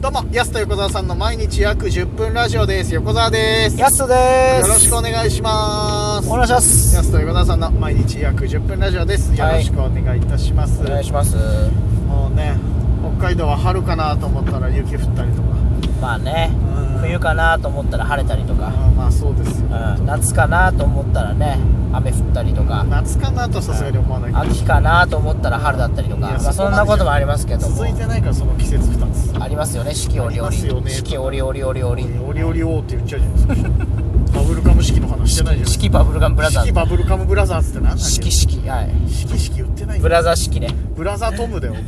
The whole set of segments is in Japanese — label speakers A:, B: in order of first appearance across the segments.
A: どうも、安と横澤さんの毎日約10分ラジオです。横澤です。
B: やすとです。
A: よろしくお願いします
B: お。願いします。
A: 安と横澤さんの毎日約10分ラジオです。よろしくお願いいたします。
B: お願いします。
A: もうね、北海道は春かなと思ったら雪降ったりとか。
B: まあね
A: うん、
B: 冬かなと思ったら晴れたりとか、
A: あーまあそうですよ。
B: うん、夏かなと思ったらね、雨降ったりとか、
A: 夏かなとさすがに思わないけ
B: 秋かなと思ったら春だったりとか、
A: いや
B: まあ
A: そこ
B: そ
A: まで
B: んなこともありますけ
A: ど。
B: ども
A: 続い、てないからその季節2つ。
B: ありますよね、四季折
A: あ
B: 々、
A: りますよね
B: 四季折々折々折
A: オリオリ王って言っちゃうじゃないですか。バブルカム式の話してないじゃない
B: 々、四季バブルガン ブラ
A: です
B: ザ
A: か。式
B: ーズ、
A: バブルカムブラザーズって何なんだっ
B: 四
A: け
B: 季四季、はい、
A: 四季式言ってないんだ
B: ブラザー四季ね、
A: ブラザートムだよお前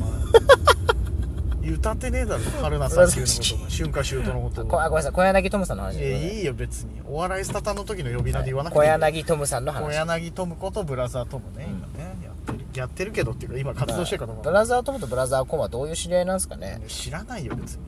A: 言うたってねえだろ春菜さん級のことお前春夏秋冬のこと
B: こあごめんなさい、小柳トムさんの話
A: いやいいよ別にお笑いスタタンの時の呼び名で言わなくてい
B: 小
A: い
B: 柳トムさんの
A: 小
B: 話。
A: 柳トムことブラザートムね今ねやってるやってるけどっていうか今活動してるかと思
B: ブ
A: う
B: ラザートムとブラザーコンはどういう知り合いなんですかね
A: 知らないよ別に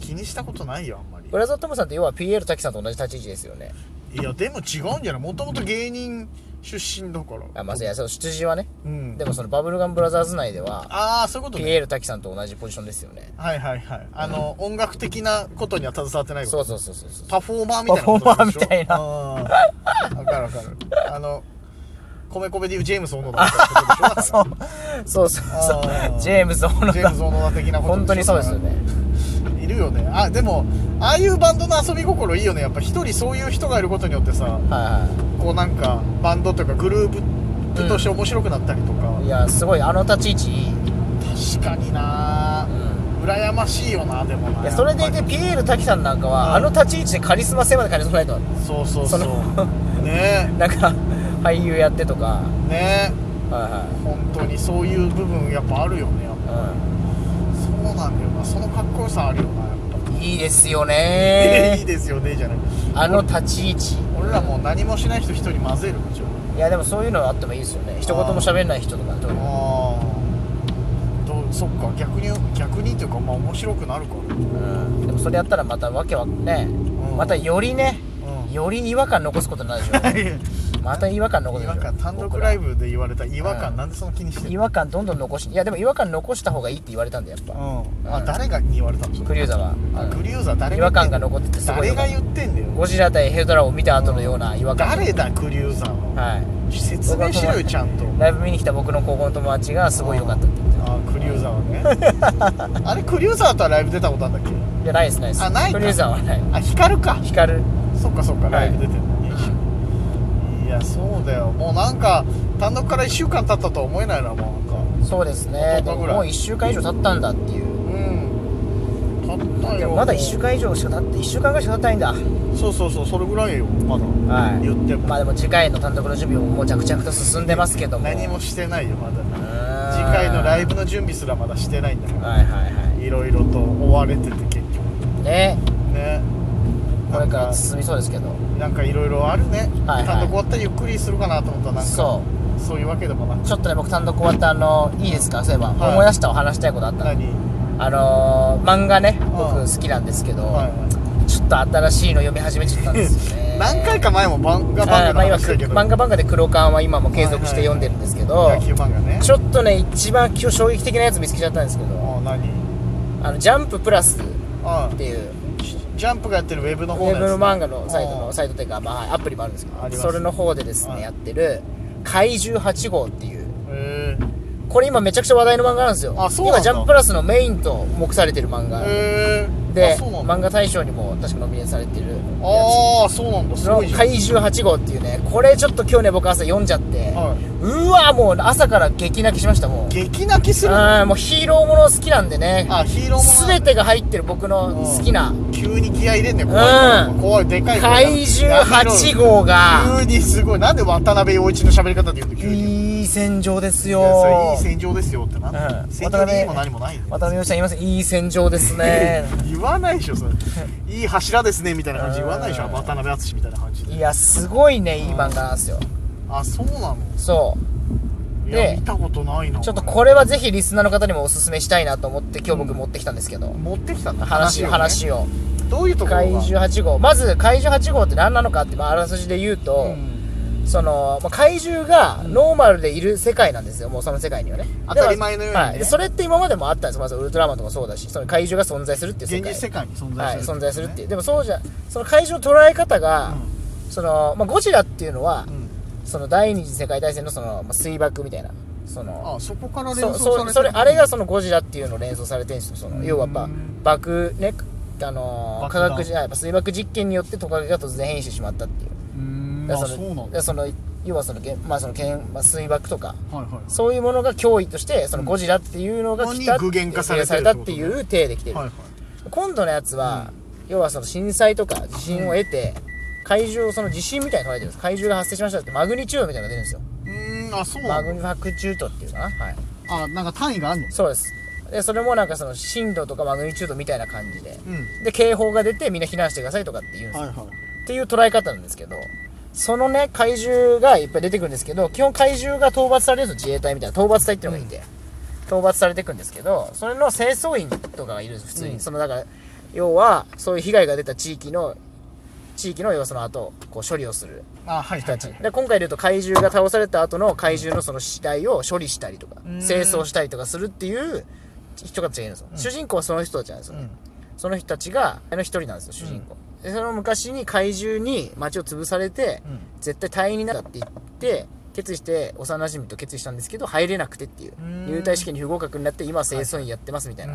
A: 気にしたことないよあんまり
B: ブラザートムさんって要は PL 滝さんと同じ立ち位置ですよね
A: いやでも違うんじゃないもともと芸人出身だから
B: あまあそういやその出自はね
A: うん
B: でもそのバブルガンブラザーズ内では
A: ああそういうことね
B: PL 滝さんと同じポジションですよね
A: はいはいはいあの音楽的なことには携わってないこと
B: そうそうそうそうそう
A: パフォーマーみたいなことでしょ
B: パフォーマーみたいな
A: うんわかるわかるあの米米でいうジェームス・オノダみたいなことでしょだから
B: そうそうそうそう
A: あー
B: ジェームズ・オノ
A: ジェーム
B: ダ
A: ス・オノダ的なこと
B: 本当にそうですよね
A: いるよねあでもああいうバンドの遊び心いいよねやっぱ一人そういう人がいることによってさ
B: は
A: こうなんかバンドというかグループとして面白くなったりとか、
B: いはいいやすごいあの立ち位置いい、
A: 確かにな
B: うん、
A: 羨ましいよなでもない
B: やそれでいて PL 滝さんなんかはあの立ち位置でカリスマ性まで借り備えと
A: そうそうそう
B: その
A: ね
B: なんか俳優やってとか
A: えね
B: は
A: え本当にそういう部分やっぱあるよねやっぱ
B: いは
A: そうなんだよなそのかっこよさあるよなやっ
B: い、うん、いいですよ
A: ぱ、
B: ね
A: いいですよねじゃない
B: あの立ち位置
A: 俺らもう何もしない人一人混ぜるでしょ
B: いやでもそういうのあってもいいですよね一言も喋んない人とかと
A: ああどうそっか逆に逆にというかまあ面白くなるか
B: うんでもそれやったらまたわけはね、
A: ん
B: またよりね
A: う
B: より違和感残すことにな るでしょ
A: ら
B: また違和感残す
A: 違
B: でしょ
A: 和感単独
B: 僕ら
A: ライブで言われた違和
B: う
A: 感
B: ん
A: なんでその気にしてん
B: 違
A: の
B: 和感どんどん残しいやでも違和感残した方がいいって言われたんだよやっぱ、
A: うん
B: ん
A: あ誰がに言われたのそ
B: ク
A: れ
B: リューザは
A: あ
B: あの
A: グリューザ誰
B: 違
A: 言
B: 和
A: っ
B: 感
A: て
B: が
A: んの
B: 残っててすごい
A: 誰
B: よ
A: が言ってんだよ
B: ゴジラ対ヘドラを見た後のような違和感
A: 誰だグリューザは
B: は
A: 説明しろよちゃんと
B: いライブ見に来た僕の高校の友達がすごい良かったって言って
A: あークリューザは ねあれクリューザとはライブ出たことあるんだっけ
B: いやないですないです
A: あないか
B: クリューザはない
A: あ光るか
B: 光る
A: そっかそっか
B: は
A: ラ
B: い
A: イブ出てるのね、い、やそうだよもうなんか単独から1週間経ったとは思えないなもうなんか
B: そうです
A: 10
B: ね
A: 日
B: で
A: ぐ
B: も
A: らい
B: もう1週間以上経ったんだっていう
A: うん経った
B: で
A: よ
B: もまだ1週間以上しか経って1週間ぐらいしか経ってないんだ
A: そうそうそうそれぐらいよまだ
B: はい
A: 言っても、
B: まあでも次回の単独の準備ももう着々と進んでますけども
A: 何もしてないよまだ
B: うーん
A: 次回のライブの準備すらまだしてないんだか
B: はいはいは
A: らいろいろと追われてて結局
B: いね
A: ね
B: これか
A: なん
B: ら進みそうですけど
A: なんかいろいろあるね、
B: はいはい
A: 単独終わったらゆっくりするかなと思ったらなんかそ
B: そう
A: いうわけでもなく
B: うちょっとね僕単独終わったあのいいですかそういえば、
A: はい
B: 思い出したお話したいことあったの
A: 何
B: あのー、漫画ね僕
A: うん
B: 好きなんですけど、
A: は
B: ちょっと新しいの読み始めちゃったんですよね
A: 何回か前も 漫画
B: は
A: 番
B: いま
A: 組の話
B: あ今
A: したけど、
B: 漫画漫画で黒缶は今も継続して読んでるんですけど、
A: 野球漫画ね
B: ちょっとね一番今日衝撃的なやつ見つけちゃったんですけど
A: あ何
B: あのジャンププラスっ
A: あ
B: ていう
A: ジャンプがやってるウェブの
B: ウ
A: 方
B: ェ
A: の
B: ブの
A: や
B: 漫画のサイト
A: ああ
B: のサイトというか、まあはい、アプリもあるんですけ
A: あり
B: ど
A: ます
B: それの方でです
A: ああ
B: ねやってる「怪獣8号」っていう
A: つへ
B: これ今めちゃくちゃ話題の漫画なんですよ
A: あそうなんだ
B: 今ジャンププラスのメインと目されてる漫画
A: え
B: で
A: あそうなんだ
B: 漫画大賞にも確かノミネートされてるや
A: ああそうなんだ
B: つ
A: す
B: の
A: ごい
B: 「
A: じゃん
B: 怪獣8号」っていうねこれちょっと今日ね僕朝読んじゃって
A: は
B: うわもう朝から激泣きしましたもう
A: 激泣きする
B: あーもうヒーローもの好きなんでね
A: あヒーローもの
B: 全てが入ってる僕の好きな
A: 急に気合い入れんね怖い、
B: うん
A: 怖いでかい
B: 怪獣8
A: 号
B: 号が
A: 急にすごいなんで渡辺陽一の喋り方で言うと急にい
B: いい戦場です
A: やそれ
B: よ
A: いい戦場ですよってなんだ、
B: うん
A: 戦場でいいも何もないね
B: 渡辺陽一さん言いますいい戦場ですね
A: 言わないでしょそれいい柱ですねみたいな感じ言わないでしょ
B: うん
A: 渡辺淳みたいな感じで
B: いやすごいねいい漫画なんですよ
A: あそうなの
B: そ
A: いや
B: で
A: 見たことないな
B: うちょっとこれはぜひリスナーの方にもおすすめしたいなと思って今日僕持ってきたんですけど
A: 持ってきたんだ
B: 話
A: をね
B: 話を
A: どういうところが
B: 怪獣8号まず怪獣8号って何なのかってまああらすじで言うと
A: うん
B: その、まあ、怪獣が
A: うん
B: ノーマルでいる世界なんですよ、もうその世界にはね。
A: 当たり前のようにね
B: はいでそれって今までもあったんですまずウルトラマンとかそうだし、その怪獣が存在するっていう世
A: 現
B: 界。
A: 実世界に存
B: はい、
A: 在する
B: 存在するっていう。
A: う
B: でもそうじゃ、その怪獣の捉え方が、その、まあ、ゴジラっていうのは、
A: ん、うん
B: その第二次世界大戦のその、まあ、水爆みたいな、その、
A: あそこから連
B: そ
A: 想
B: う
A: されて
B: そ
A: る
B: うそれあれがそのゴジラっていうのを連想されてるんですよそ
A: うん
B: の要はやっぱ爆ねあのー
A: 爆
B: 科
A: 弾
B: 学じゃないやっぱ水爆実験によってトカゲが突然変異してしまったっていう
A: うーん
B: だ
A: あ
B: から
A: そ
B: の
A: うなん
B: だから
A: だ
B: その要はそのけん、まあそのけんまあ、水爆とか
A: はいはいはい
B: そういうものが脅威としてその
A: うん
B: ゴジラっていうのが来た
A: のに具現化されてるって
B: た
A: こ
B: っ
A: とね
B: ていう体で来てる、
A: はいはい
B: 今度のやつは、要はその震災とか地震を得て、怪獣をその地震みたいに捉えてるんです怪獣が発生しましたってマグニチュードみたいなのが出るんですよ
A: うーんあそうな
B: マ
A: んだ
B: グニファクチュードっていうかなはい
A: あなんか単位があるの
B: そうですでそれもなんかその震度とかマグニチュードみたいな感じで
A: うん
B: で警報が出てみんな避難してくださいとかって言うんですよ、
A: はいはい
B: っていう捉え方なんですけどそのね怪獣がいっぱい出てくるんですけど基本怪獣が討伐されるんですよ自衛隊みたいな討伐隊っていうのがいて、討伐されていくんですけどそれの清掃員とかがいるんです普通に、
A: うん
B: そのだから要はそういう被害が出た地域の地域の要はその後こう処理をする
A: あはいは
B: 人
A: い
B: た
A: は
B: ち
A: い
B: で今回で言うと怪獣が倒された後の怪獣のその死体を処理したりとか
A: うん
B: 清掃したりとかするっていう人たちがいるんですよ、主人公はその人たちなんですよね、その人たちがあの一人なんですよ主人公、でその昔に怪獣に町を潰されて、
A: うん
B: 絶対隊員になるって言って決意して幼馴染と決意したんですけど入れなくてっていう
A: うん
B: 入隊試験に不合格になって今清掃員やってますみたいな、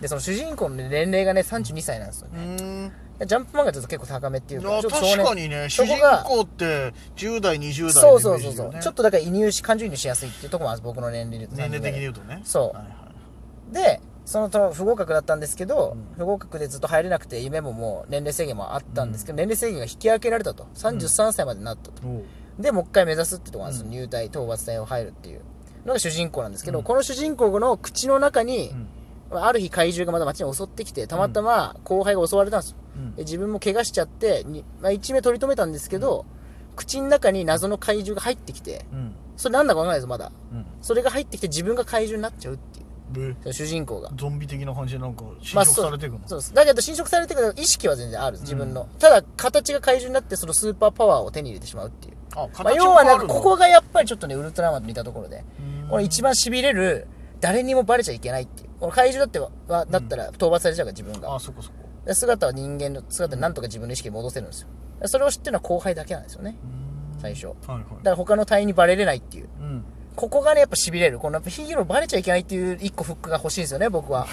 B: でその主人公の年齢がね32歳なんですよ
A: う
B: ね、
A: んうん
B: ジャンプ漫画ちょっと結構高めっていう
A: い
B: か
A: や
B: ちょっ
A: 確
B: と少年
A: かにね
B: そ
A: 主
B: こ
A: 人
B: が
A: 公って10代20代
B: そう
A: の
B: そ
A: イ
B: う
A: メー
B: そう
A: ジ
B: そ
A: よ
B: う
A: ね
B: ちょっとだから移入し感情移入しやすいっていうところもある僕の年齢で言うと
A: 年齢的に
B: 30
A: 言うとね
B: そう
A: はいはい
B: でそのと不合格だったんですけど、
A: うん
B: 不合格でずっと入れなくて夢ももう年齢制限もあったんですけど、年齢制限が引き上げられたと33歳までなったと、
A: おう
B: でもう一回目指すってとこなんですよ、
A: うん
B: 入隊討伐隊を入るっていうのが主人公なんですけど、この主人公の口の中に、ある日怪獣がまた街に襲ってきてたまたま後輩が襲われたんですよ、
A: うん
B: で自分も怪我しちゃってに、まあ、一命取り留めたんですけど、口の中に謎の怪獣が入ってきて
A: うん
B: それなんだかわかんないですまだ
A: うん
B: それが入ってきて自分が怪獣になっちゃうっていう
A: で
B: その主人公が
A: ゾンビ的な感じでなんか侵
B: まあ
A: 食されていくの、
B: そうですだけど侵食されていく意識は全然ある自分の、ただ形が怪獣になってそのスーパーパワーを手に入れてしまうっていう、
A: あ
B: まあ、
A: 形
B: 要
A: も
B: は
A: 変わ
B: な
A: る
B: んか
A: の
B: ここがやっぱりちょっとねウルトラマンと似たところで
A: うん
B: この一番しびれる誰にもバレちゃいけないっていうこの怪獣だってははだったら討伐されちゃうから自分が
A: あ、そこそこ
B: で姿は人間の姿でなんとか自分の意識に戻せるんですよでそれを知ってるのは後輩だけなんですよね
A: うん
B: 最初だ
A: はいはい
B: から他の隊員にバレれないっていう
A: うん
B: ここがね、やっぱ痺れる。このやっぱヒーローバレちゃいけないっていう一個フックが欲しいんですよね、僕は。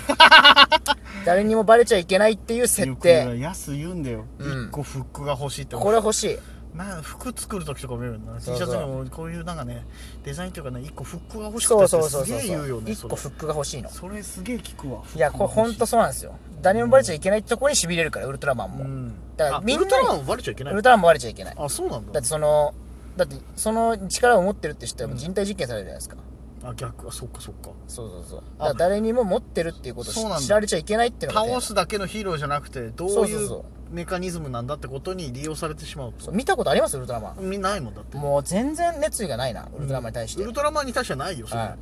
B: 誰にもバレちゃいけないっていう設
A: よく
B: 定。
A: ね安言うんだよ、一
B: うん
A: 1個フックが欲しいって
B: これ欲しい。
A: な服作る時とか見るんだな T シ
B: そう
A: ャ
B: そう
A: ツにもこういうなんかねデザインというかね1個フックが欲しく
B: そ
A: て
B: うそうそう
A: すげ
B: そう。
A: え言うよね
B: 一個フックが欲しいの。
A: それそれすげえ聞くわ
B: いや、これほんとそうなんですよ。誰にもバレちゃいけないってところに痺れるから、ウルトラマン
A: う
B: も。
A: ん
B: だから
A: あ
B: みん
A: ウ
B: な
A: ルトラマンバレちゃいけな
B: ウ
A: い
B: ルトラマンもバレちゃいけない。
A: あそうなんだ
B: だってその、だってその力を持ってるって知ったらもう人体実験されるじゃないですか。
A: あ逆あそっかそっか
B: そうそうそう。だ
A: あ
B: から誰にも持ってるっていうことを知
A: そうなんだ
B: 知られちゃいけないっていうのがね
A: 倒すだけのヒーローじゃなくてど
B: そうう
A: い
B: そう
A: う
B: そ
A: メカニズムなんだってことに利用されてしまう
B: そ
A: と
B: う見たことありますウルトラマン。
A: みんなないもんだって
B: もう全然熱意がないな、ウルトラマンに対して
A: ウ。ルトラマンに対してはないよそれ
B: は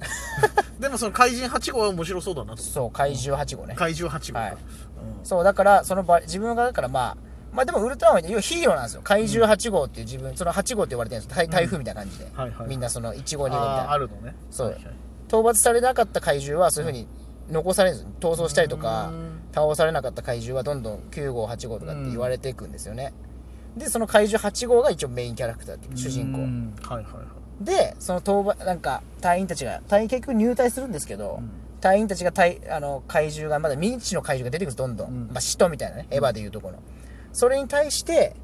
A: でもその怪人8号は面白そうだなと
B: そう、怪獣8号ね。
A: 怪獣8号か、
B: はい
A: うん
B: そう、だから、その場、自分が、だからまあ、まあでもウルトラマンって要はヒーローなんですよ。怪獣8号っていう自分、その8号って呼ばれてるんですよ。台台風みたいな感じで。
A: はいはい
B: みんなその1号2号みたい
A: あー
B: な
A: あ。るのね
B: そう
A: はいはい
B: 討伐されなかった怪獣はそういうふうに残されるんですよ。逃走したりとか
A: うん、
B: 倒されなかった怪獣はどんどん9号8号とかって言われていくんですよね。で、その怪獣8号が一応メインキャラクターっていう主人公。
A: うんはいはいはい
B: でその討伐なんか隊員たちが隊員結局入隊するんですけど、
A: うん
B: 隊員たちが隊あの怪獣がまだ未知の怪獣が出てくるんですどんどん、
A: うん
B: まあ、使徒みたいなねエヴァでいうところのそれに対して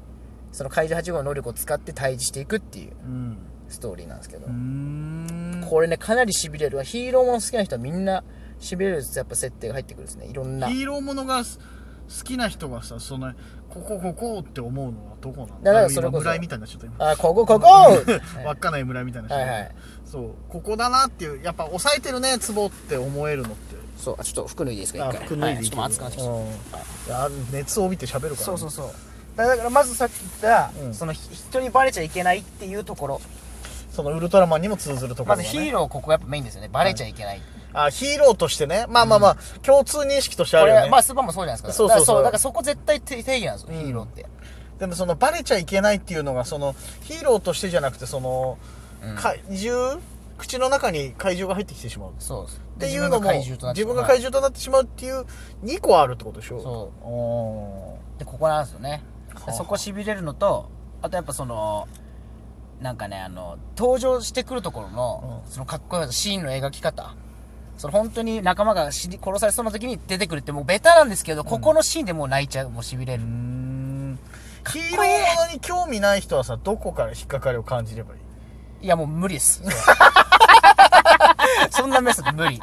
B: その怪獣8号の能力を使って退治していくっていう
A: うん
B: ストーリーなんですけど、
A: うん
B: これねかなりしびれるわヒーローもの好きな人はみんなしびれるやっぱ設定が入ってくるんですねいろんな
A: ヒーローものがす好きな人がさそのここここって思うのはどこなの
B: だからそれこそ
A: 村井みたいになっちゃった今
B: あここここ
A: 稚内村井みたいな人
B: はいはい
A: そうここだなっていうやっぱ抑えてるねツボって思えるのって
B: そうあちょっと服脱いでいいですか
A: あ
B: 一回
A: 服脱いでいい
B: はいちょっと熱くなってきた
A: いや熱を帯びて喋るから
B: そうそうそうだだからまずさっき言った、
A: うん
B: そのひ人にバレちゃいけないっていうところ
A: そのウルトラマンにも通ずるとこ
B: ま
A: ろが
B: ず
A: ね
B: ヒーローここがやっぱメインですよねバレちゃいけない、
A: あヒーローとしてねまあまあまあ共通認識としてあ
B: こ
A: るよ
B: れ
A: ね
B: まあスーパーもそうじゃないですか
A: そうそうそう
B: だからだからそこ絶対定定義なんですよ、ヒーローって
A: ででもそのバレちゃいけないっていうのがそのヒーローとしてじゃなくてその
B: うん
A: 怪獣口の中に怪獣が入ってきてしまうっ
B: そうですって
A: いうのも自分が怪獣となってしまうっていう2個あるってことでしょ
B: そう
A: お
B: でここなんですよねで
A: はあ
B: そこしびれるのとあとやっぱそのなんかねあの登場してくるところの、
A: うん
B: そのかっこよさシーンの描き方その本当に仲間が死に殺されそうな時に出てくるってもうベタなんですけど、ここのシーンでもう泣いちゃうもうしびれ
A: ー
B: る、
A: んヒー
B: こ
A: ロ
B: いい
A: ーものに興味ない人はさどこから引っかかりを感じればいい
B: いやもう無理です そんなメソッド無理
A: い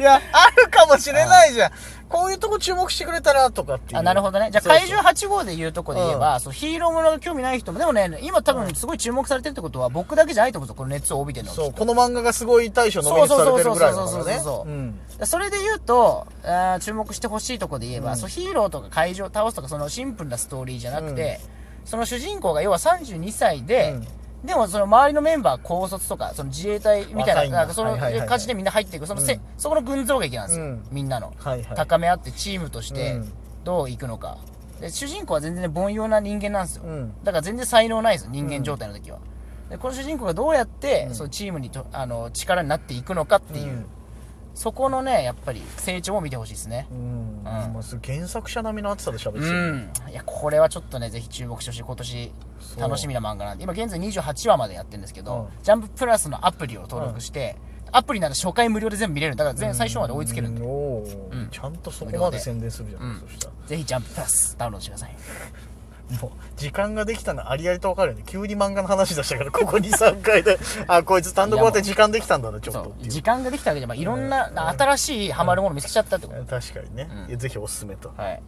A: やあるかもしれないじゃんこういうとこ注目してくれたらとかっていう
B: あなるほどねじゃあ
A: そうそう
B: 怪獣8号で言うとこで言えば、そうヒーローものが興味ない人もでもね今多分すごい注目されてるってことは僕だけじゃないと思うんですよこの熱を帯びてるのは
A: そうこの漫画がすごい大賞ノミネートされてるぐらいだ
B: そ
A: か
B: うそうそう
A: ら
B: そ
A: ね
B: うそう
A: うん
B: それで言うと、あー注目してほしいとこで言えば、
A: うん
B: そうヒーローとか怪獣を倒すとか、そのシンプルなストーリーじゃなくて、その主人公が要は32歳で、でもその周りのメンバー高卒とか、その自衛隊みた
A: 若、い
B: いな
A: んだ
B: なんかその
A: はいはいはいはい
B: 感じでみんな入っていく、そのせ、
A: うん
B: そこの群像劇なんですよ、
A: うん
B: みんなの。
A: はいはい
B: 高め合ってチームとして
A: うん、
B: どういくのか。で、主人公は全然ね凡庸な人間なんですよ。
A: うん
B: だから全然才能ないですよ、人間状態の時は。で、この主人公がどうやって、そのチームにと、あの、力になっていくのかっていう。
A: うん
B: そこのね、やっぱり成長も見てほしいですね
A: う。んまあすごい原作者並みの熱さで喋って
B: う
A: たよ
B: ん。いや、これはちょっとね、ぜひ注目してほしい。今年、
A: そう
B: 楽しみな漫画なんで。今現在28話までやってるんですけ
A: う
B: ど、ジャンププラスのアプリを登録して、アプリなんか初回無料で全部見れるんでだから全最初まで追いつけるんで。
A: うんおー
B: うん
A: ちゃんとそこまで宣伝するじゃん、
B: うん
A: そしたら
B: ぜひジャンププラスダウンロードしてください。
A: もう時間ができたのありありと分かるよね急に漫画の話出したからここ23回であこいつ単独終わって時間できたんだなちょっ
B: そ
A: とっ
B: う。
A: ていう
B: 時間ができたわけで、まあ、いろんな、新しいハマるもの見つけちゃったってこと。
A: 確かにね、
B: うん
A: いやぜひおすすめと
B: はい。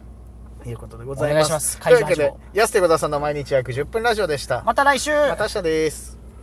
A: いうことでござい
B: お願い
A: ます
B: しま
A: と
B: す
A: いうわけ
B: 会
A: で
B: 場
A: 安手小田さんの毎日約10分ラジオでした
B: また来週
A: また明日です